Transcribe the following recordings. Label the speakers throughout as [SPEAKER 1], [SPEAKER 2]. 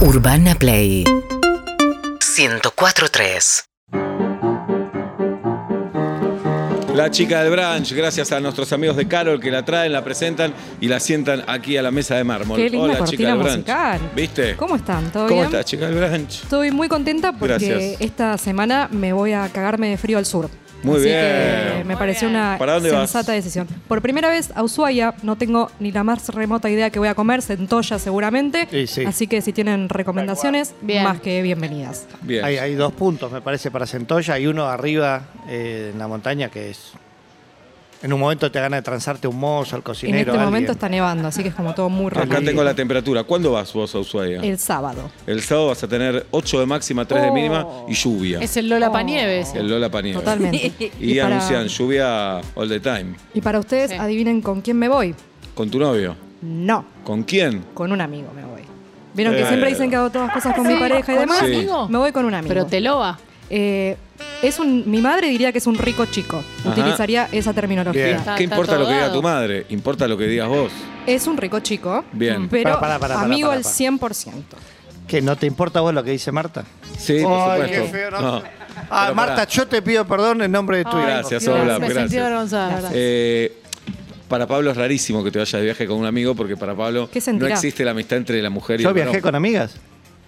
[SPEAKER 1] Urbana Play 104.3
[SPEAKER 2] La chica del branch, gracias a nuestros amigos de Carol que la traen, la presentan y la sientan aquí a la mesa de mármol.
[SPEAKER 3] Qué linda
[SPEAKER 2] Hola, chica
[SPEAKER 3] cortina
[SPEAKER 2] del branch.
[SPEAKER 3] musical.
[SPEAKER 2] ¿Viste?
[SPEAKER 3] ¿Cómo están? ¿Todo
[SPEAKER 2] ¿Cómo
[SPEAKER 3] bien?
[SPEAKER 2] estás, chica del branch?
[SPEAKER 3] Estoy muy contenta porque
[SPEAKER 2] Gracias.
[SPEAKER 3] esta semana me voy a cagarme de frío al sur.
[SPEAKER 2] Muy
[SPEAKER 3] Así
[SPEAKER 2] bien.
[SPEAKER 3] que me
[SPEAKER 2] Muy
[SPEAKER 3] pareció
[SPEAKER 4] bien.
[SPEAKER 3] una
[SPEAKER 2] ¿Para dónde vas?
[SPEAKER 3] sensata decisión. Por primera vez a Ushuaia, no tengo ni la más remota idea que voy a comer, centolla seguramente.
[SPEAKER 5] Y sí.
[SPEAKER 3] Así que si tienen recomendaciones,
[SPEAKER 4] Bien.
[SPEAKER 3] más que bienvenidas.
[SPEAKER 2] Bien.
[SPEAKER 5] Hay, hay dos puntos, me parece, para Centolla. y uno arriba eh, en la montaña que es. En un momento te gana de transarte un mozo, al
[SPEAKER 3] En
[SPEAKER 5] cocinero.
[SPEAKER 3] este
[SPEAKER 5] alguien.
[SPEAKER 3] momento está nevando, así que es como todo muy
[SPEAKER 2] Acá
[SPEAKER 3] rápido.
[SPEAKER 2] tengo la temperatura. ¿Cuándo vas vos a Ushuaia? El,
[SPEAKER 3] El sábado.
[SPEAKER 2] sábado vas a tener 8 de máxima, 3 de
[SPEAKER 3] Oh.
[SPEAKER 2] mínima y lluvia.
[SPEAKER 4] Es el Lola Panieves.
[SPEAKER 2] Oh. El Lola Paniego.
[SPEAKER 3] Totalmente.
[SPEAKER 2] Y,
[SPEAKER 3] para-
[SPEAKER 2] anuncian lluvia all the time.
[SPEAKER 3] Y para ustedes,
[SPEAKER 4] Sí.
[SPEAKER 3] adivinen con quién me voy.
[SPEAKER 2] ¿Con tu novio?
[SPEAKER 3] No.
[SPEAKER 2] ¿Con quién?
[SPEAKER 3] con un amigo me voy. Vieron que
[SPEAKER 2] Eh.
[SPEAKER 3] siempre dicen que hago todas cosas con mi
[SPEAKER 4] Sí,
[SPEAKER 3] pareja y
[SPEAKER 4] ¿con
[SPEAKER 3] demás.
[SPEAKER 2] un amigo?
[SPEAKER 3] Me voy con un amigo.
[SPEAKER 4] Pero te loba.
[SPEAKER 3] Eh, es un, mi madre diría que es un rico chico.
[SPEAKER 2] Ajá.
[SPEAKER 3] Atilizaría esa terminología.
[SPEAKER 5] Bien.
[SPEAKER 4] Está-
[SPEAKER 2] ¿Qué importa
[SPEAKER 4] todo
[SPEAKER 2] lo que diga
[SPEAKER 4] dado.
[SPEAKER 2] tu madre? Importa lo que digas vos.
[SPEAKER 3] Es un rico chico,
[SPEAKER 2] Bien.
[SPEAKER 3] pero
[SPEAKER 5] Pará, pará, pará, pará,
[SPEAKER 3] amigo
[SPEAKER 5] pará,
[SPEAKER 3] al
[SPEAKER 5] pará.
[SPEAKER 3] 100%.
[SPEAKER 5] ¿Qué? ¿No te importa vos lo que dice Marta?
[SPEAKER 2] Sí, por
[SPEAKER 5] Ay,
[SPEAKER 2] supuesto.
[SPEAKER 5] qué feo, no.
[SPEAKER 2] No.
[SPEAKER 5] Ah,
[SPEAKER 2] Pero
[SPEAKER 5] Marta,
[SPEAKER 2] pará.
[SPEAKER 5] yo te pido perdón en nombre de tu hijo.
[SPEAKER 2] Gracias,
[SPEAKER 4] Dios,
[SPEAKER 2] Oblap,
[SPEAKER 4] Me sentí
[SPEAKER 2] gracias.
[SPEAKER 4] avergonzada, la verdad.
[SPEAKER 2] Eh, para Pablo es rarísimo que te vayas de viaje con un amigo porque para Pablo
[SPEAKER 3] ¿Qué
[SPEAKER 2] no
[SPEAKER 3] sentirá?
[SPEAKER 2] existe la amistad entre la mujer y
[SPEAKER 5] Yo
[SPEAKER 2] el varón.
[SPEAKER 5] viajé con amigas.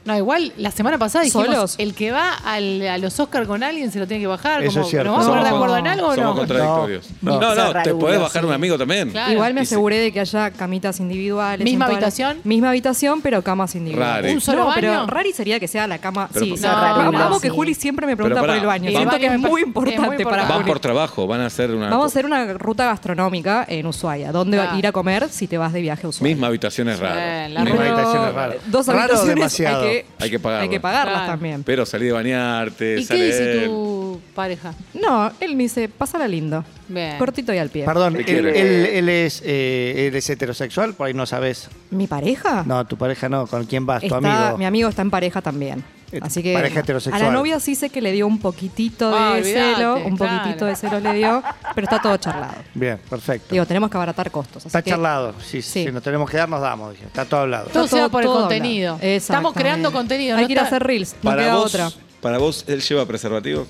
[SPEAKER 4] No, igual la semana pasada dijimos,
[SPEAKER 3] ¿Solos?
[SPEAKER 4] el que va al- a los Oscar con alguien se lo tiene que bajar.
[SPEAKER 5] Eso
[SPEAKER 4] como,
[SPEAKER 5] es cierto.
[SPEAKER 4] ¿Nos vamos a poner de
[SPEAKER 5] Somos-
[SPEAKER 4] acuerdo en algo o
[SPEAKER 2] Somos
[SPEAKER 4] no?
[SPEAKER 2] contradictorios. No, no,
[SPEAKER 5] No, no.
[SPEAKER 2] te podés
[SPEAKER 6] Rarulo,
[SPEAKER 2] bajar un amigo también.
[SPEAKER 4] Claro.
[SPEAKER 3] Igual me
[SPEAKER 2] Y sí.
[SPEAKER 3] aseguré de que haya camitas individuales.
[SPEAKER 4] Ah, ¿Misma
[SPEAKER 3] en todas las-
[SPEAKER 4] habitación?
[SPEAKER 3] misma habitación, pero camas individuales.
[SPEAKER 2] Rari. ¿Un
[SPEAKER 4] solo
[SPEAKER 3] no, pero
[SPEAKER 4] baño?
[SPEAKER 3] rari sería que sea la cama.
[SPEAKER 2] Pero pues,
[SPEAKER 3] sí,
[SPEAKER 2] por-
[SPEAKER 3] no,
[SPEAKER 4] No,
[SPEAKER 3] vamos, vamos que
[SPEAKER 6] sí.
[SPEAKER 3] Juli siempre me pregunta
[SPEAKER 2] Pero pará,
[SPEAKER 3] por el baño.
[SPEAKER 2] van-
[SPEAKER 3] Siento que es
[SPEAKER 4] Es muy
[SPEAKER 3] muy importante para
[SPEAKER 4] importante.
[SPEAKER 2] Van
[SPEAKER 3] Juli.
[SPEAKER 2] por trabajo, van a hacer
[SPEAKER 5] Ah,
[SPEAKER 2] una
[SPEAKER 3] Vamos a hacer una ruta gastronómica en Ushuaia. ¿Dónde va
[SPEAKER 4] Ah.
[SPEAKER 3] a ir a comer si te vas de viaje a Ushuaia?
[SPEAKER 2] misma habitación es raro.
[SPEAKER 4] Sí, la
[SPEAKER 2] Misma
[SPEAKER 5] Pero-
[SPEAKER 2] habitación.
[SPEAKER 5] habitación es raro.
[SPEAKER 3] Dos
[SPEAKER 5] Raro
[SPEAKER 3] habitaciones
[SPEAKER 5] demasiado.
[SPEAKER 2] Hay
[SPEAKER 3] Hay que,
[SPEAKER 2] que pagarlas.
[SPEAKER 3] hay que pagarlas
[SPEAKER 4] Claro.
[SPEAKER 3] también.
[SPEAKER 2] Pero salí de bañarte,
[SPEAKER 4] ¿Y qué
[SPEAKER 2] salí
[SPEAKER 4] dice tu pareja?
[SPEAKER 3] No, él me dice, pásala lindo.
[SPEAKER 4] Bien.
[SPEAKER 3] Cortito y al pie.
[SPEAKER 5] Perdón,
[SPEAKER 2] Te
[SPEAKER 5] él,
[SPEAKER 2] quiero.
[SPEAKER 5] él- él es, eh, él es heterosexual, por ahí no sabes.
[SPEAKER 3] ¿Mi pareja?
[SPEAKER 5] No, tu pareja no, ¿con quién vas? Tu
[SPEAKER 3] Ah. Está-
[SPEAKER 5] amigo.
[SPEAKER 3] Mi amigo está en pareja también.
[SPEAKER 5] Eh,
[SPEAKER 3] Así que
[SPEAKER 5] pareja
[SPEAKER 3] a
[SPEAKER 5] heterosexual.
[SPEAKER 3] la novia sí sé que le dio un poquitito de
[SPEAKER 4] Ah, olvidate,
[SPEAKER 3] celo, un
[SPEAKER 4] claro.
[SPEAKER 3] poquitito de celo le dio, pero está todo charlado.
[SPEAKER 5] Bien, perfecto.
[SPEAKER 3] Digo, tenemos que abaratar costos. así
[SPEAKER 5] Está
[SPEAKER 3] que-
[SPEAKER 5] charlado. Si,
[SPEAKER 3] Sí.
[SPEAKER 5] si nos tenemos que dar, nos damos. dije. Está todo hablado.
[SPEAKER 4] Todo sea por el
[SPEAKER 3] hablado.
[SPEAKER 4] contenido.
[SPEAKER 3] Exactamente.
[SPEAKER 4] Estamos creando contenido,
[SPEAKER 3] Hay
[SPEAKER 4] no
[SPEAKER 3] que ir a
[SPEAKER 4] está-
[SPEAKER 3] hacer reels, no
[SPEAKER 2] Para
[SPEAKER 3] queda
[SPEAKER 2] vos,
[SPEAKER 3] otra.
[SPEAKER 2] para vos, él lleva preservativo.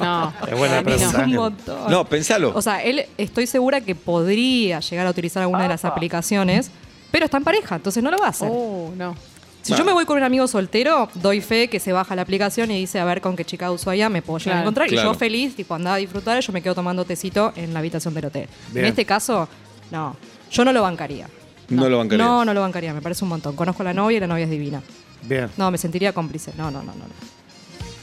[SPEAKER 4] No.
[SPEAKER 5] Es buena
[SPEAKER 4] para mí
[SPEAKER 5] pregunta.
[SPEAKER 4] no.
[SPEAKER 3] Un montón.
[SPEAKER 2] No, pensalo.
[SPEAKER 3] O sea, él estoy segura que podría llegar a utilizar alguna de las aplicaciones, pero está en pareja, entonces no lo va a hacer.
[SPEAKER 4] Oh, no.
[SPEAKER 3] Si yo me voy con un amigo soltero, doy fe que se baja la aplicación y dice a ver con qué chica de Ushuaia me puedo llegar a
[SPEAKER 4] Claro.
[SPEAKER 3] encontrar.
[SPEAKER 2] Claro.
[SPEAKER 3] Y yo feliz, tipo, andaba a disfrutar, yo me quedo tomando tecito en la habitación del hotel.
[SPEAKER 5] Bien.
[SPEAKER 3] En este caso, no, yo no lo bancaría.
[SPEAKER 2] no, lo bancaría.
[SPEAKER 3] No, no lo bancaría, me parece un montón. Conozco a la novia y la novia es divina.
[SPEAKER 5] Bien.
[SPEAKER 3] No, me sentiría cómplice. No, no, no, no. no.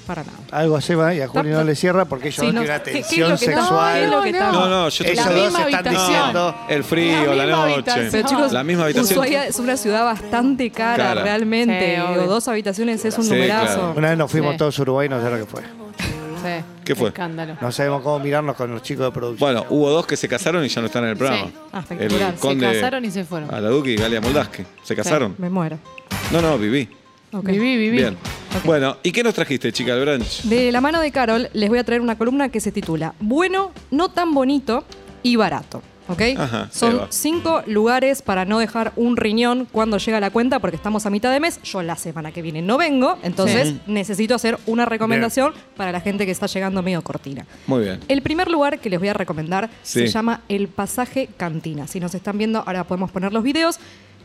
[SPEAKER 3] Para nada.
[SPEAKER 5] Algo así va y a Juli no le cierra porque yo
[SPEAKER 3] Sí, no,
[SPEAKER 5] no, tiene una
[SPEAKER 3] ¿qué- qué es lo
[SPEAKER 5] tensión
[SPEAKER 3] que está- qué es
[SPEAKER 5] sexual.
[SPEAKER 3] lo que está-
[SPEAKER 2] No, no, yo te
[SPEAKER 5] Ellos
[SPEAKER 4] La
[SPEAKER 5] dos
[SPEAKER 4] misma
[SPEAKER 5] están
[SPEAKER 4] habitación.
[SPEAKER 5] diciendo.
[SPEAKER 2] El frío, la,
[SPEAKER 4] La misma
[SPEAKER 2] noche.
[SPEAKER 4] habitación.
[SPEAKER 3] Pero chicos,
[SPEAKER 2] la misma habitación.
[SPEAKER 3] Ushuaia es una ciudad bastante cara,
[SPEAKER 2] Cara.
[SPEAKER 3] realmente.
[SPEAKER 4] Sí,
[SPEAKER 3] Digo,
[SPEAKER 4] obvio.
[SPEAKER 3] dos habitaciones es un
[SPEAKER 2] Sí,
[SPEAKER 3] numerazo.
[SPEAKER 5] Una vez nos fuimos
[SPEAKER 4] Sí.
[SPEAKER 5] todos a Uruguay, no sé lo que fue.
[SPEAKER 4] Sí.
[SPEAKER 2] ¿Qué fue?
[SPEAKER 4] Escándalo.
[SPEAKER 5] No sabemos cómo mirarnos con los chicos de producción.
[SPEAKER 2] Bueno, hubo dos que se casaron y ya no están en el programa.
[SPEAKER 4] Sí.
[SPEAKER 3] Ah,
[SPEAKER 2] El
[SPEAKER 3] espectacular. Se
[SPEAKER 2] conde
[SPEAKER 4] Se casaron y se fueron.
[SPEAKER 2] A la Duki y Galia Moldaski. Se casaron.
[SPEAKER 3] Me muero.
[SPEAKER 2] No, no, viví.
[SPEAKER 3] Ok.
[SPEAKER 4] Viví, viví.
[SPEAKER 2] Bien. Bueno, ¿y qué nos trajiste, chica del branch?
[SPEAKER 3] De la mano de Carol les voy a traer una columna que se titula Bueno, no tan bonito y barato. ¿Ok?
[SPEAKER 2] Ajá,
[SPEAKER 3] Son
[SPEAKER 2] Eva.
[SPEAKER 3] cinco lugares para no dejar un riñón cuando llega la cuenta porque estamos a mitad de mes. Yo la semana que viene no vengo, entonces necesito hacer una recomendación para la gente que está llegando medio cortina.
[SPEAKER 2] Muy bien.
[SPEAKER 3] El primer lugar que les voy a recomendar se
[SPEAKER 2] Sí.
[SPEAKER 3] llama El Pasaje Cantina. Si nos están viendo, ahora podemos poner los videos.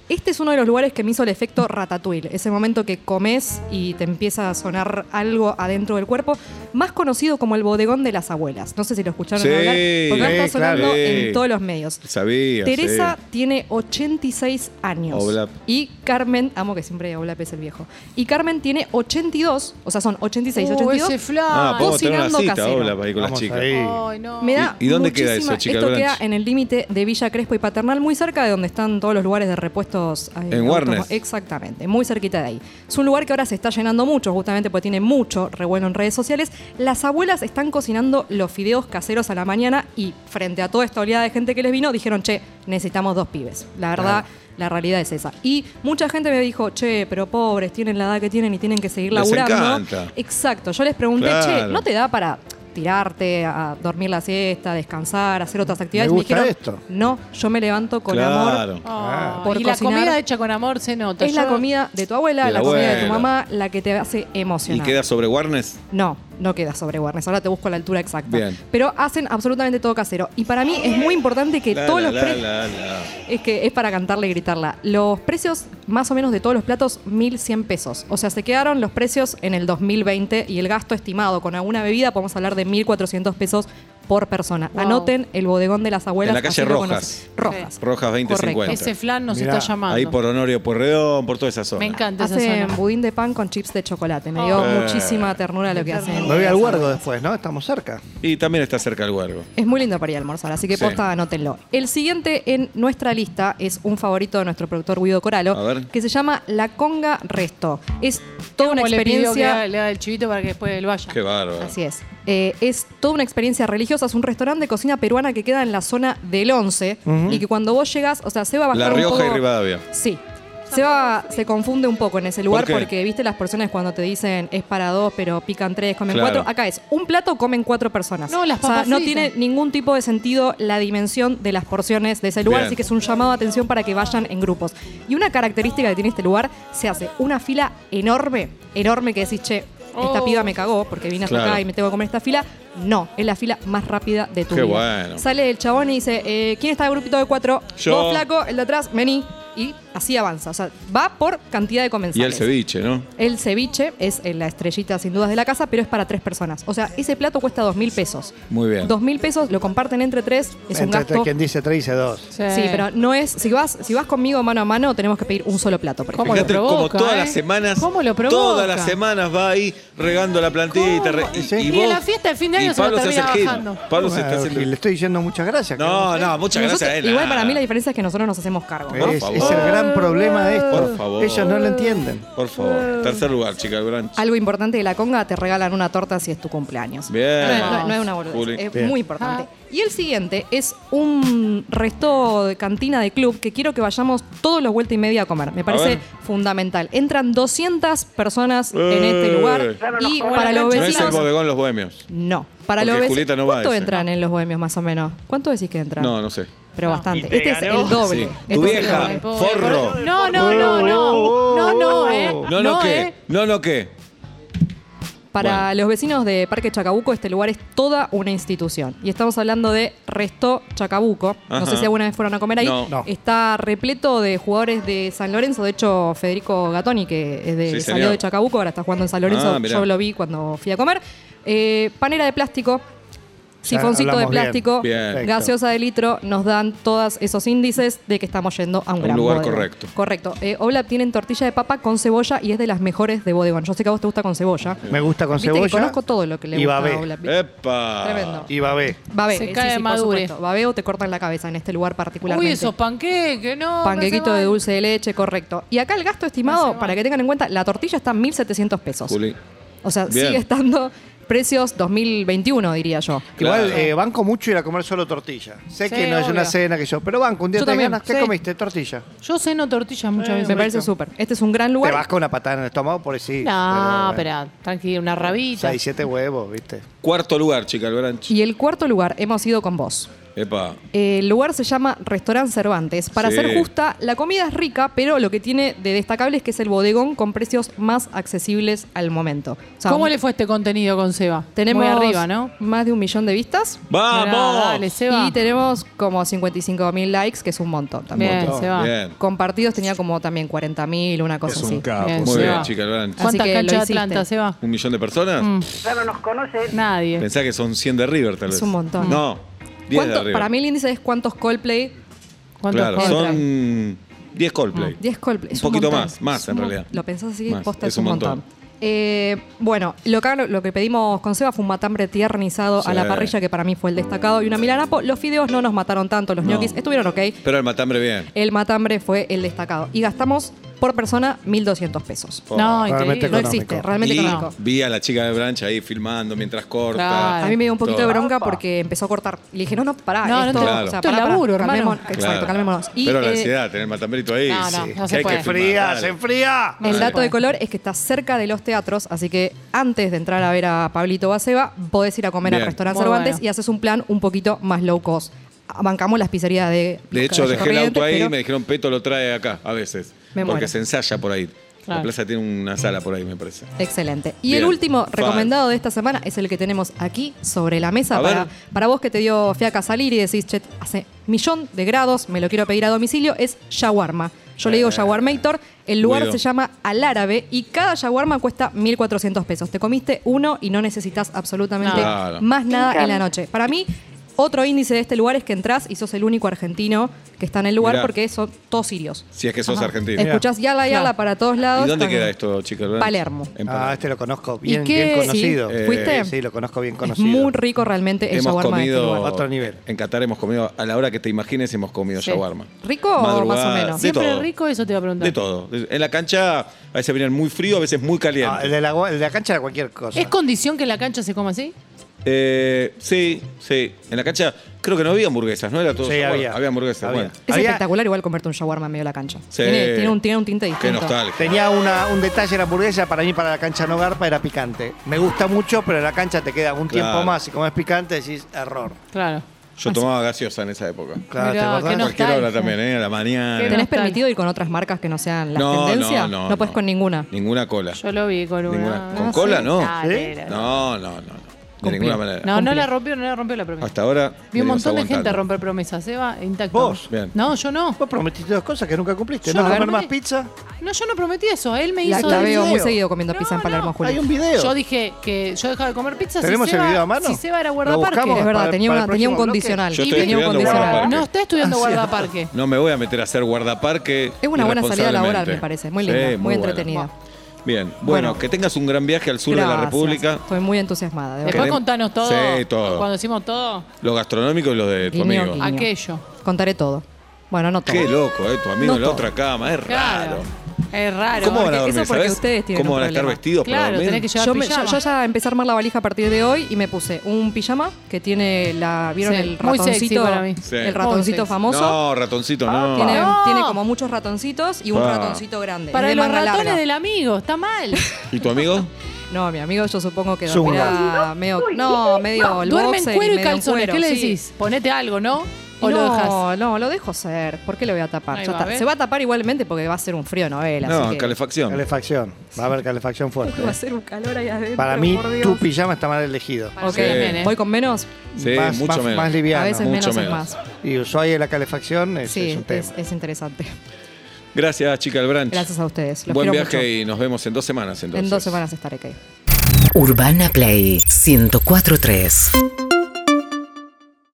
[SPEAKER 3] Este es uno de los lugares que me hizo el efecto ratatouille, ese momento que comes y te empieza a sonar algo adentro del cuerpo, más conocido como el bodegón de las abuelas. No sé si lo escucharon
[SPEAKER 2] Sí,
[SPEAKER 3] hablar, porque ahora está
[SPEAKER 2] sí, claro.
[SPEAKER 3] sonando
[SPEAKER 2] Sí.
[SPEAKER 3] en todos los medios.
[SPEAKER 2] Sabía.
[SPEAKER 3] Teresa
[SPEAKER 2] sí.
[SPEAKER 3] tiene 86 años.
[SPEAKER 2] Oblap.
[SPEAKER 3] Y Carmen, amo que siempre Oblap es el viejo. Y Carmen tiene 82, o sea, son 86,
[SPEAKER 4] Uh,
[SPEAKER 3] 82.
[SPEAKER 4] ese flan.
[SPEAKER 2] Ah, podemos tener una
[SPEAKER 3] cocinando
[SPEAKER 2] cita,
[SPEAKER 3] casero.
[SPEAKER 2] hola, para ir con las
[SPEAKER 5] Vamos
[SPEAKER 2] chicas.
[SPEAKER 5] ahí.
[SPEAKER 4] Ay, no.
[SPEAKER 3] Me da
[SPEAKER 2] ¿Y- y dónde queda
[SPEAKER 3] muchísima-
[SPEAKER 2] eso, chica
[SPEAKER 3] Esto
[SPEAKER 2] del
[SPEAKER 3] queda
[SPEAKER 2] Branch?
[SPEAKER 3] en el límite de Villa Crespo y Paternal, muy cerca de donde están todos los lugares de repuestos. eh,
[SPEAKER 2] En
[SPEAKER 3] auto-
[SPEAKER 2] Warnes.
[SPEAKER 3] Exactamente, muy cerquita de ahí. Es un lugar que ahora se está llenando mucho, justamente porque tiene mucho revuelo en redes sociales. Las abuelas están cocinando los fideos caseros a la mañana y frente a toda esta oleada de gente que les vino, dijeron, che, necesitamos dos pibes. La verdad... La realidad es esa. Y mucha gente me dijo, che, pero pobres, tienen la edad que tienen y tienen que seguir
[SPEAKER 2] Les
[SPEAKER 3] laburando.
[SPEAKER 2] encanta.
[SPEAKER 3] Exacto. Yo les pregunté,
[SPEAKER 2] Claro.
[SPEAKER 3] che, ¿no te da para tirarte, a dormir la siesta, descansar, hacer otras actividades.
[SPEAKER 5] gusta
[SPEAKER 3] me dijeron,
[SPEAKER 5] esto.
[SPEAKER 3] no, yo me levanto con
[SPEAKER 2] claro.
[SPEAKER 3] amor.
[SPEAKER 4] Oh,
[SPEAKER 3] Ah. Por
[SPEAKER 4] y la
[SPEAKER 3] cocinar-
[SPEAKER 4] comida hecha con amor se nota.
[SPEAKER 3] Es
[SPEAKER 4] Yo-
[SPEAKER 3] la comida de tu abuela,
[SPEAKER 2] De la
[SPEAKER 3] la comida de tu
[SPEAKER 2] abuela.
[SPEAKER 3] mamá, la que te hace
[SPEAKER 2] ¿Y
[SPEAKER 3] emocionar.
[SPEAKER 2] queda sobre Warnes?
[SPEAKER 3] No, no queda sobre Warnes. Ahora te busco la altura exacta.
[SPEAKER 2] Bien.
[SPEAKER 3] Pero hacen absolutamente todo casero. Y para mí es muy importante que
[SPEAKER 2] La,
[SPEAKER 3] todos
[SPEAKER 2] la,
[SPEAKER 3] los
[SPEAKER 2] la,
[SPEAKER 3] pre-
[SPEAKER 2] la, la.
[SPEAKER 3] Es que es para cantarla y gritarla. Los precios, más o menos, de todos los platos, 1.100 pesos. O sea, se quedaron los precios en el 2020 y el gasto estimado con alguna bebida, podemos hablar de 1.400 pesos por persona.
[SPEAKER 4] Wow.
[SPEAKER 3] Anoten el bodegón de las abuelas.
[SPEAKER 2] En la calle
[SPEAKER 3] así lo
[SPEAKER 2] Rojas.
[SPEAKER 3] conocen. Rojas.
[SPEAKER 2] Rojas 2050.
[SPEAKER 3] Correcto.
[SPEAKER 4] Ese flan nos
[SPEAKER 5] Mirá,
[SPEAKER 4] está llamando.
[SPEAKER 2] Ahí por Honorio Porredón, por toda esa zona.
[SPEAKER 4] Me encanta esa
[SPEAKER 3] Hacen
[SPEAKER 4] zona.
[SPEAKER 3] budín de pan con chips de chocolate. Me dio
[SPEAKER 2] Oh.
[SPEAKER 3] muchísima ternura lo que hacen.
[SPEAKER 5] Me voy al huergo después, ¿no? Estamos cerca.
[SPEAKER 2] Y también está cerca el huergo.
[SPEAKER 3] Es muy lindo para ir a almorzar, así que
[SPEAKER 2] Sí.
[SPEAKER 3] posta, anótenlo. El siguiente en nuestra lista es un favorito de nuestro productor Guido Coralo,
[SPEAKER 2] A ver.
[SPEAKER 3] que se llama La Conga Resto. Es toda una
[SPEAKER 4] Como le pidió que
[SPEAKER 3] experiencia.
[SPEAKER 4] haga- le haga el chivito para que después él vaya.
[SPEAKER 2] Qué bárbaro.
[SPEAKER 3] Así es. Eh, es toda una experiencia religiosa. Es un restaurante de cocina peruana que queda en la zona del 11 y que cuando vos llegas, o sea, se va a bajar
[SPEAKER 2] La
[SPEAKER 3] un
[SPEAKER 2] Rioja y
[SPEAKER 3] poco-
[SPEAKER 2] Rivadavia.
[SPEAKER 3] Sí. Se, va, se confunde un poco en ese lugar
[SPEAKER 2] qué?
[SPEAKER 3] porque viste las porciones cuando te dicen es para dos, pero pican tres, comen
[SPEAKER 2] Claro.
[SPEAKER 3] cuatro. Acá es un plato, comen cuatro personas.
[SPEAKER 4] No, las
[SPEAKER 3] O sea,
[SPEAKER 4] papas
[SPEAKER 3] no
[SPEAKER 4] fritas.
[SPEAKER 3] tiene ningún tipo de sentido la dimensión de las porciones de ese lugar,
[SPEAKER 2] Bien.
[SPEAKER 3] así que es un llamado de atención para que vayan en grupos. Y una característica que tiene este lugar, se hace una fila enorme, enorme que decís, che, esta
[SPEAKER 4] Oh.
[SPEAKER 3] piba me cagó porque vine hasta
[SPEAKER 2] Claro.
[SPEAKER 3] acá y me tengo que comer esta fila. No, es la fila más rápida de tu
[SPEAKER 2] Qué
[SPEAKER 3] vida.
[SPEAKER 2] bueno.
[SPEAKER 3] Sale el chabón y dice, eh, ¿quién está del grupito de cuatro?
[SPEAKER 2] Yo.
[SPEAKER 3] Vos, flaco, el de atrás, vení. Y así avanza. O sea, va por cantidad de comensales.
[SPEAKER 2] Y el ceviche, ¿no?
[SPEAKER 3] El ceviche es eh, la estrellita sin dudas de la casa, pero es para tres personas. O sea, ese plato cuesta dos mil pesos.
[SPEAKER 2] Muy bien.
[SPEAKER 3] Dos mil pesos, lo comparten entre tres, es un
[SPEAKER 5] Entre este
[SPEAKER 3] gasto.
[SPEAKER 5] quien dice tres dice dos.
[SPEAKER 3] Sí, pero no es. Si vas, si vas conmigo mano a mano, tenemos que pedir un solo plato. Por
[SPEAKER 4] ¿Cómo
[SPEAKER 3] ejemplo.
[SPEAKER 4] lo
[SPEAKER 2] Fíjate como
[SPEAKER 4] provoca,
[SPEAKER 2] todas
[SPEAKER 4] eh?
[SPEAKER 2] las semanas,
[SPEAKER 4] ¿Cómo lo provoca?
[SPEAKER 2] todas las semanas va ahí regando la plantita. re- y,
[SPEAKER 5] Sí.
[SPEAKER 2] y
[SPEAKER 5] Y
[SPEAKER 4] en
[SPEAKER 2] vos-
[SPEAKER 4] la fiesta de fin de año
[SPEAKER 2] y
[SPEAKER 4] se lo
[SPEAKER 2] Pablo
[SPEAKER 4] termina
[SPEAKER 2] hace el gil.
[SPEAKER 4] bajando.
[SPEAKER 2] Pablo se está
[SPEAKER 5] Bueno,
[SPEAKER 2] haciendo.
[SPEAKER 5] y le estoy diciendo muchas gracias. que
[SPEAKER 2] No,
[SPEAKER 5] vamos-
[SPEAKER 2] no, muchas
[SPEAKER 3] Nosotros-
[SPEAKER 2] gracias a él.
[SPEAKER 3] Igual
[SPEAKER 2] ah.
[SPEAKER 3] para mí la diferencia es que nosotros nos hacemos cargo.
[SPEAKER 2] por
[SPEAKER 5] es,
[SPEAKER 2] favor.
[SPEAKER 5] es el gran problema de esto.
[SPEAKER 2] Por favor.
[SPEAKER 5] Ellos no lo entienden.
[SPEAKER 2] Por
[SPEAKER 4] Uh.
[SPEAKER 2] favor. Tercer lugar, chica del brunch.
[SPEAKER 3] Algo importante de la conga, te regalan una torta si es tu cumpleaños.
[SPEAKER 2] Bien.
[SPEAKER 3] No, no, no es una boludez,
[SPEAKER 2] Juli.
[SPEAKER 3] es
[SPEAKER 5] Bien.
[SPEAKER 3] muy importante. Y el siguiente es un resto de cantina de club que quiero que vayamos todos los vuelta y media a comer. Me parece
[SPEAKER 2] ver.
[SPEAKER 3] fundamental. Entran 200 personas en
[SPEAKER 2] Eh.
[SPEAKER 3] este lugar y para los
[SPEAKER 2] No es el
[SPEAKER 3] vecinos...
[SPEAKER 2] bodegón Los Bohemios.
[SPEAKER 3] No, para
[SPEAKER 2] Porque
[SPEAKER 3] los
[SPEAKER 2] Julieta
[SPEAKER 3] vecinos...
[SPEAKER 2] no va a
[SPEAKER 3] ¿Cuánto
[SPEAKER 2] ese.
[SPEAKER 3] entran en los bohemios más o menos? ¿Cuánto decís que entran?
[SPEAKER 2] No, no sé.
[SPEAKER 3] Pero bastante.
[SPEAKER 1] Y te
[SPEAKER 3] Este es
[SPEAKER 1] ganó.
[SPEAKER 3] el doble.
[SPEAKER 2] Sí.
[SPEAKER 3] Este
[SPEAKER 2] Tu
[SPEAKER 3] es el
[SPEAKER 2] vieja.
[SPEAKER 3] doble.
[SPEAKER 2] Forro. Oh,
[SPEAKER 4] No, no, no, no. No, no, eh.
[SPEAKER 2] No, no, qué.
[SPEAKER 4] eh.
[SPEAKER 2] No, no, qué.
[SPEAKER 3] Para
[SPEAKER 2] Bueno.
[SPEAKER 3] los vecinos de Parque Chacabuco, este lugar es toda una institución. Y estamos hablando de Resto Chacabuco.
[SPEAKER 2] Ajá.
[SPEAKER 3] No sé si alguna vez fueron a comer ahí.
[SPEAKER 2] No.
[SPEAKER 5] No.
[SPEAKER 3] Está repleto de jugadores de San Lorenzo. De hecho, Federico Gatoni, que es de,
[SPEAKER 2] Sí,
[SPEAKER 3] salió
[SPEAKER 2] señor.
[SPEAKER 3] de Chacabuco, ahora está jugando en San Lorenzo.
[SPEAKER 2] Ah, mirá.
[SPEAKER 3] Yo lo vi cuando fui a comer. Eh, panera de plástico. Sifoncito de
[SPEAKER 5] hablamos bien.
[SPEAKER 3] plástico,
[SPEAKER 2] Bien. Perfecto.
[SPEAKER 3] gaseosa de litro, nos dan todos esos índices de que estamos yendo a un
[SPEAKER 2] Un
[SPEAKER 3] gran
[SPEAKER 2] lugar
[SPEAKER 3] bodegón.
[SPEAKER 2] correcto.
[SPEAKER 3] Correcto. Eh, Oblap tienen tortilla de papa con cebolla y es de las mejores de bodegón. Yo sé que a vos te gusta con cebolla.
[SPEAKER 5] Me gusta con
[SPEAKER 3] Viste que
[SPEAKER 5] cebolla.
[SPEAKER 3] conozco todo lo que le
[SPEAKER 5] y
[SPEAKER 3] gusta
[SPEAKER 5] babé.
[SPEAKER 3] a Oblap.
[SPEAKER 2] ¡Epa!
[SPEAKER 3] Tremendo.
[SPEAKER 5] Y babé.
[SPEAKER 3] Babé,
[SPEAKER 4] Se
[SPEAKER 3] eh,
[SPEAKER 4] cae
[SPEAKER 3] sí, sí, por
[SPEAKER 4] madure.
[SPEAKER 3] supuesto. Babé o te cortan la cabeza en este lugar particularmente.
[SPEAKER 4] Uy, esos panqueques, no.
[SPEAKER 3] Panquequito de
[SPEAKER 4] me hace mal.
[SPEAKER 3] dulce de leche, correcto. Y acá el gasto estimado, para que tengan en cuenta, la tortilla está en 1.700 pesos.
[SPEAKER 2] Juli.
[SPEAKER 3] O sea,
[SPEAKER 2] Bien.
[SPEAKER 3] sigue estando precios 2021, diría yo.
[SPEAKER 2] Claro.
[SPEAKER 5] Igual eh, banco mucho ir a comer solo tortilla. Sé
[SPEAKER 4] Sí,
[SPEAKER 5] que no es
[SPEAKER 4] obvio.
[SPEAKER 5] una cena que yo, pero banco, un día
[SPEAKER 3] Yo
[SPEAKER 5] te
[SPEAKER 3] también,
[SPEAKER 5] ganas. ¿Qué
[SPEAKER 4] sí.
[SPEAKER 5] comiste? Tortilla.
[SPEAKER 4] Yo ceno tortillas muchas veces.
[SPEAKER 3] Eh, Me parece súper. Este es un gran
[SPEAKER 5] Te vas
[SPEAKER 3] lugar.
[SPEAKER 5] con una patada en el estómago por decir.
[SPEAKER 4] No,
[SPEAKER 5] pero
[SPEAKER 4] espera, tranquilo, una rabita.
[SPEAKER 5] Seis, siete huevos, ¿viste?
[SPEAKER 2] Cuarto lugar, chica del brunch.
[SPEAKER 3] Y el cuarto lugar, hemos ido con vos.
[SPEAKER 2] ¡Epa!
[SPEAKER 3] El lugar se llama Restaurant Cervantes. Para
[SPEAKER 2] Sí.
[SPEAKER 3] ser justa, la comida es rica, pero lo que tiene de destacable es que es el bodegón con precios más accesibles al momento. O sea,
[SPEAKER 4] ¿Cómo
[SPEAKER 3] un-
[SPEAKER 4] le fue este contenido con Seba?
[SPEAKER 3] tenemos
[SPEAKER 4] Muy arriba, ¿no?
[SPEAKER 3] más de un millón de vistas
[SPEAKER 2] ¡Vamos!
[SPEAKER 4] Mirá, dale, Seba.
[SPEAKER 3] y tenemos como 55 mil likes, que es un montón también.
[SPEAKER 4] Bien,
[SPEAKER 5] montón.
[SPEAKER 4] Seba.
[SPEAKER 2] Bien.
[SPEAKER 3] Compartidos tenía como también 40 mil, una cosa así.
[SPEAKER 4] Bien,
[SPEAKER 2] Ah, pues Muy
[SPEAKER 4] Seba.
[SPEAKER 2] bien, chica del brunch.
[SPEAKER 3] Así
[SPEAKER 4] ¿Cuántas
[SPEAKER 3] que lo
[SPEAKER 4] canchas de
[SPEAKER 3] hiciste.
[SPEAKER 4] Atlanta, Seba?
[SPEAKER 2] ¿Un millón de personas?
[SPEAKER 4] Mm. Nadie.
[SPEAKER 2] Pensá que son 100 de River, tal
[SPEAKER 3] Es
[SPEAKER 2] vez.
[SPEAKER 3] un montón.
[SPEAKER 2] No, 10 de
[SPEAKER 3] ¿Cuánto-
[SPEAKER 2] River.
[SPEAKER 3] para mí el índice es cuántos Coldplay.
[SPEAKER 4] ¿Cuántos
[SPEAKER 2] claro,
[SPEAKER 4] juegos?
[SPEAKER 2] son 10 Coldplay.
[SPEAKER 3] 10 Coldplay.
[SPEAKER 2] Un
[SPEAKER 3] es
[SPEAKER 2] poquito
[SPEAKER 3] montón.
[SPEAKER 2] más, más
[SPEAKER 3] Es un
[SPEAKER 2] en
[SPEAKER 3] mon-
[SPEAKER 2] realidad.
[SPEAKER 3] Lo pensás así,
[SPEAKER 2] Más,
[SPEAKER 3] posta es, un montón. Eh, bueno, lo que, lo que pedimos con Seba fue un matambre tiernizado
[SPEAKER 2] Sí.
[SPEAKER 3] a la parrilla, que para mí fue el destacado, y una milanapo. Los fideos no nos mataron tanto, los
[SPEAKER 2] No.
[SPEAKER 3] ñoquis estuvieron ok.
[SPEAKER 2] Pero el matambre bien.
[SPEAKER 3] El matambre fue el destacado. Y gastamos por persona 1.200 pesos.
[SPEAKER 2] Oh.
[SPEAKER 4] No,
[SPEAKER 5] Realmente
[SPEAKER 4] increíble.
[SPEAKER 3] No
[SPEAKER 5] económico.
[SPEAKER 3] existe, realmente
[SPEAKER 2] y
[SPEAKER 3] económico.
[SPEAKER 2] vi a la chica de Branch ahí filmando mientras corta.
[SPEAKER 4] Claro.
[SPEAKER 3] A mí me dio un poquito
[SPEAKER 2] Todo.
[SPEAKER 3] de bronca porque empezó a cortar. Y le dije, no, no, pará.
[SPEAKER 4] No, no
[SPEAKER 3] esto,
[SPEAKER 4] te-
[SPEAKER 2] Claro.
[SPEAKER 3] o sea,
[SPEAKER 4] esto es
[SPEAKER 3] pará, pará,
[SPEAKER 4] laburo, hermano.
[SPEAKER 3] calmemos- Exacto,
[SPEAKER 2] Claro.
[SPEAKER 3] calmémonos. Y,
[SPEAKER 2] Pero la
[SPEAKER 3] eh,
[SPEAKER 2] ansiedad, tener el matambrito ahí.
[SPEAKER 4] No, no,
[SPEAKER 2] sí,
[SPEAKER 4] no
[SPEAKER 2] que
[SPEAKER 4] se
[SPEAKER 2] hay
[SPEAKER 4] puede.
[SPEAKER 2] que
[SPEAKER 5] Se enfría,
[SPEAKER 2] filmar,
[SPEAKER 5] se
[SPEAKER 2] dale.
[SPEAKER 5] enfría.
[SPEAKER 3] El dato
[SPEAKER 4] puede.
[SPEAKER 3] de color es que está cerca de los teatros, así que antes de entrar a ver a Pablito Baceba, podés ir a comer al
[SPEAKER 2] Bien.
[SPEAKER 3] restaurante
[SPEAKER 4] Muy
[SPEAKER 3] Cervantes
[SPEAKER 4] bueno.
[SPEAKER 3] y haces un plan un poquito más low cost. Bancamos las pizzerías de.
[SPEAKER 2] De hecho, dejé el
[SPEAKER 3] Corrientes,
[SPEAKER 2] auto ahí
[SPEAKER 3] pero-
[SPEAKER 2] y me dijeron, Peto lo trae acá, a veces.
[SPEAKER 3] Me
[SPEAKER 2] porque
[SPEAKER 3] muero.
[SPEAKER 2] se ensaya por ahí.
[SPEAKER 4] Claro.
[SPEAKER 2] La plaza tiene una sala por ahí, me parece.
[SPEAKER 3] Excelente. Y
[SPEAKER 2] Bien.
[SPEAKER 3] el último
[SPEAKER 2] Fan.
[SPEAKER 3] recomendado de esta semana es el que tenemos aquí sobre la mesa
[SPEAKER 2] A
[SPEAKER 3] para,
[SPEAKER 2] ver.
[SPEAKER 3] para vos que te dio fiaca salir y decís, che, hace millón de grados, me lo quiero pedir a domicilio, es shawarma. Yo le digo
[SPEAKER 2] Eh,
[SPEAKER 3] shawarmator, el lugar
[SPEAKER 2] Cuido.
[SPEAKER 3] se llama Al Árabe y cada shawarma cuesta 1.400 pesos. Te comiste uno y no necesitas absolutamente
[SPEAKER 2] Claro.
[SPEAKER 3] más nada en la noche. Para mí, otro índice de este lugar es que entras y sos el único argentino que está en el lugar
[SPEAKER 2] Mirá.
[SPEAKER 3] porque son todos sirios.
[SPEAKER 2] Si es que sos argentino.
[SPEAKER 3] Escuchás yala yala
[SPEAKER 4] Claro.
[SPEAKER 3] para todos lados.
[SPEAKER 2] ¿Y dónde
[SPEAKER 3] también.
[SPEAKER 2] queda esto, chicos?
[SPEAKER 3] Palermo.
[SPEAKER 2] En Palermo.
[SPEAKER 5] Ah, este lo conozco bien,
[SPEAKER 3] ¿Y qué?
[SPEAKER 5] bien conocido.
[SPEAKER 3] Sí.
[SPEAKER 2] Eh,
[SPEAKER 3] ¿Fuiste?
[SPEAKER 5] Sí, lo conozco bien
[SPEAKER 3] Es
[SPEAKER 5] conocido. Ah,
[SPEAKER 3] muy rico realmente el
[SPEAKER 2] hemos
[SPEAKER 3] shawarma de este
[SPEAKER 2] comido.
[SPEAKER 3] lugar.
[SPEAKER 5] Otro nivel.
[SPEAKER 2] En Qatar hemos comido, a la hora que te imagines, hemos comido
[SPEAKER 4] Sí.
[SPEAKER 2] shawarma.
[SPEAKER 3] ¿Rico o más o
[SPEAKER 2] Madrugada,
[SPEAKER 3] menos?
[SPEAKER 2] De
[SPEAKER 4] Siempre
[SPEAKER 2] todo.
[SPEAKER 4] rico, eso te iba a preguntar.
[SPEAKER 2] De todo. En la cancha a veces venían muy frío, a veces muy
[SPEAKER 5] Ah, el,
[SPEAKER 2] caliente.
[SPEAKER 5] de la, el de la cancha era cualquier cosa.
[SPEAKER 4] ¿Es condición que en la cancha se coma así?
[SPEAKER 2] Eh, sí, sí. En la cancha creo que no había hamburguesas, ¿no? Era todo.
[SPEAKER 5] Sí,
[SPEAKER 2] shawarma.
[SPEAKER 5] había.
[SPEAKER 2] hamburguesas.
[SPEAKER 5] Había.
[SPEAKER 2] Bueno.
[SPEAKER 3] Es
[SPEAKER 5] Había-
[SPEAKER 3] espectacular igual comerte un shawarma en medio de la cancha.
[SPEAKER 2] Sí.
[SPEAKER 3] Tiene, tiene un, tiene un tinte
[SPEAKER 2] Qué
[SPEAKER 3] distinto.
[SPEAKER 2] nostalgia.
[SPEAKER 5] Tenía una- un detalle la hamburguesa, para mí para la cancha no garpa era picante. Me gusta mucho, pero en la cancha te queda un
[SPEAKER 2] Claro.
[SPEAKER 5] tiempo más. Si comes picante decís error.
[SPEAKER 4] Claro.
[SPEAKER 2] Yo tomaba gaseosa en esa época.
[SPEAKER 5] Claro,
[SPEAKER 4] Mirá,
[SPEAKER 5] ¿te acordás?
[SPEAKER 4] qué no-
[SPEAKER 2] Cualquier hora
[SPEAKER 4] nostalgia.
[SPEAKER 2] también, ¿eh? A la mañana.
[SPEAKER 4] Qué
[SPEAKER 3] ¿Tenés
[SPEAKER 4] nostalgia.
[SPEAKER 3] permitido ir con otras marcas que no sean las tendencias? No, puedes con ninguna.
[SPEAKER 2] Ninguna cola.
[SPEAKER 4] Yo lo vi con una.
[SPEAKER 2] Ninguna. ¿Con cola?
[SPEAKER 4] sí.
[SPEAKER 2] No.
[SPEAKER 4] Dale,
[SPEAKER 5] ¿Sí?
[SPEAKER 4] dale.
[SPEAKER 2] No, no, no. no. De
[SPEAKER 3] Cumplí.
[SPEAKER 2] ninguna manera.
[SPEAKER 4] No, no
[SPEAKER 3] Cumple.
[SPEAKER 4] la rompió, no la rompió la promesa.
[SPEAKER 2] Hasta ahora.
[SPEAKER 4] Vi un
[SPEAKER 2] venimos
[SPEAKER 4] montón de gente
[SPEAKER 2] aguantando.
[SPEAKER 4] romper promesas, Eva, intacto.
[SPEAKER 5] ¿Vos?
[SPEAKER 2] Bien.
[SPEAKER 4] No, yo no.
[SPEAKER 5] Vos prometiste dos cosas que nunca cumpliste.
[SPEAKER 4] Yo
[SPEAKER 5] No
[SPEAKER 4] no
[SPEAKER 5] comer
[SPEAKER 4] gané.
[SPEAKER 5] más pizza.
[SPEAKER 4] No, yo no prometí eso. Él me
[SPEAKER 3] La,
[SPEAKER 4] hizo.
[SPEAKER 3] la
[SPEAKER 4] el
[SPEAKER 3] veo muy
[SPEAKER 4] video.
[SPEAKER 3] seguido comiendo pizza en
[SPEAKER 4] No,
[SPEAKER 3] Palermo,
[SPEAKER 4] no.
[SPEAKER 3] Juli.
[SPEAKER 5] Hay un video.
[SPEAKER 4] Yo dije que yo dejaba de comer pizza.
[SPEAKER 5] ¿Tenemos
[SPEAKER 4] si
[SPEAKER 5] el
[SPEAKER 4] Seba-
[SPEAKER 5] video a mano?
[SPEAKER 4] Si Seba era
[SPEAKER 5] ¿Lo
[SPEAKER 4] guardaparque.
[SPEAKER 5] buscamos?
[SPEAKER 3] Es verdad,
[SPEAKER 5] Para-
[SPEAKER 3] tenía,
[SPEAKER 5] para
[SPEAKER 3] una-
[SPEAKER 5] el
[SPEAKER 3] tenía un
[SPEAKER 5] próximo bloque.
[SPEAKER 3] condicional.
[SPEAKER 2] Yo estoy
[SPEAKER 3] tenía un
[SPEAKER 2] estudiando
[SPEAKER 3] condicional.
[SPEAKER 2] guardaparque. Ah,
[SPEAKER 4] No, está estudiando guardaparque.
[SPEAKER 2] No me voy a meter a hacer guardaparque.
[SPEAKER 3] Es una buena salida laboral,
[SPEAKER 2] irresponsablemente.
[SPEAKER 3] me parece. Muy linda, muy
[SPEAKER 2] buena.
[SPEAKER 3] entretenida.
[SPEAKER 2] Bien, bueno,
[SPEAKER 3] Bueno.
[SPEAKER 2] que tengas un gran viaje al sur de la
[SPEAKER 3] Gracias.
[SPEAKER 2] República,
[SPEAKER 3] Estoy muy entusiasmada, de verdad.
[SPEAKER 4] Después
[SPEAKER 2] Queremos-
[SPEAKER 4] contanos todo.
[SPEAKER 2] Sí, todo.
[SPEAKER 4] Cuando decimos todo,
[SPEAKER 2] lo gastronómico y lo de tu
[SPEAKER 3] Guiño,
[SPEAKER 2] amigo.
[SPEAKER 3] guiño.
[SPEAKER 4] aquello.
[SPEAKER 3] Contaré todo. Bueno, no todo.
[SPEAKER 2] Qué loco, eh, tu amigo
[SPEAKER 3] No
[SPEAKER 2] en la
[SPEAKER 3] todo.
[SPEAKER 2] otra cama, es
[SPEAKER 4] Claro.
[SPEAKER 2] raro.
[SPEAKER 4] Es raro.
[SPEAKER 2] ¿Cómo van
[SPEAKER 3] porque-
[SPEAKER 2] a
[SPEAKER 3] eso
[SPEAKER 2] dormir?
[SPEAKER 3] porque
[SPEAKER 2] ¿Sabés
[SPEAKER 3] ustedes tienen
[SPEAKER 2] ¿Cómo
[SPEAKER 3] un
[SPEAKER 2] van a estar
[SPEAKER 3] problema.
[SPEAKER 2] vestidos
[SPEAKER 4] Claro,
[SPEAKER 2] para dormir?
[SPEAKER 4] tenés que llevar
[SPEAKER 3] Yo, me-
[SPEAKER 4] pijama.
[SPEAKER 3] yo- yo ya empecé a armar la valija a partir de hoy y me puse un pijama que tiene la. ¿Vieron
[SPEAKER 4] Sí,
[SPEAKER 3] el
[SPEAKER 4] muy sexy
[SPEAKER 3] ratoncito?
[SPEAKER 4] para mí.
[SPEAKER 2] Sí.
[SPEAKER 3] El
[SPEAKER 4] Muy
[SPEAKER 3] ratoncito
[SPEAKER 4] sexy.
[SPEAKER 3] famoso. Ah,
[SPEAKER 2] No, ratoncito, no.
[SPEAKER 3] Tiene,
[SPEAKER 4] No.
[SPEAKER 3] tiene como muchos ratoncitos y un
[SPEAKER 2] Pa.
[SPEAKER 3] ratoncito grande.
[SPEAKER 4] Para
[SPEAKER 3] es de
[SPEAKER 4] los
[SPEAKER 3] manga
[SPEAKER 4] ratones
[SPEAKER 3] larga.
[SPEAKER 4] del amigo, está mal.
[SPEAKER 2] ¿Y tu amigo?
[SPEAKER 3] No, mi amigo, yo supongo que
[SPEAKER 5] Zunga.
[SPEAKER 3] dormirá medio. No, medio el
[SPEAKER 4] Duerme en
[SPEAKER 3] boxer
[SPEAKER 4] cuero y
[SPEAKER 3] medio en
[SPEAKER 4] calzones.
[SPEAKER 3] cuero,
[SPEAKER 4] ¿Qué le
[SPEAKER 3] sí.
[SPEAKER 4] decís? Ponete algo, ¿no? O lo dejas.
[SPEAKER 3] no, no, lo dejo ser. ¿Por qué lo voy a tapar?
[SPEAKER 4] Ahí
[SPEAKER 3] Ya
[SPEAKER 4] va,
[SPEAKER 3] está.
[SPEAKER 4] ¿ves?
[SPEAKER 3] Se va a tapar igualmente porque va a ser un frío de novela.
[SPEAKER 2] no,
[SPEAKER 3] así
[SPEAKER 2] en
[SPEAKER 3] que-
[SPEAKER 2] calefacción.
[SPEAKER 5] Calefacción. Va a haber calefacción fuerte.
[SPEAKER 3] Va a ser un calor ahí adentro.
[SPEAKER 5] Para mí,
[SPEAKER 3] por
[SPEAKER 5] tu
[SPEAKER 3] Dios.
[SPEAKER 5] pijama está mal elegido.
[SPEAKER 3] Ok,
[SPEAKER 4] Sí. Bien, ¿eh?
[SPEAKER 3] voy con menos.
[SPEAKER 2] Sí,
[SPEAKER 5] más,
[SPEAKER 2] mucho
[SPEAKER 5] más,
[SPEAKER 2] menos.
[SPEAKER 5] más liviano.
[SPEAKER 3] a veces
[SPEAKER 2] mucho
[SPEAKER 3] menos,
[SPEAKER 2] menos.
[SPEAKER 3] es más.
[SPEAKER 5] Y usuario de la calefacción es, es
[SPEAKER 3] Sí,
[SPEAKER 5] un tema.
[SPEAKER 3] es, es interesante.
[SPEAKER 2] Gracias, chica del branch.
[SPEAKER 3] Gracias a ustedes. Los
[SPEAKER 2] Buen
[SPEAKER 3] quiero
[SPEAKER 2] viaje
[SPEAKER 3] mucho.
[SPEAKER 2] y nos vemos en dos semanas entonces.
[SPEAKER 3] En dos semanas estaré aquí.
[SPEAKER 1] Urbana Play 1043.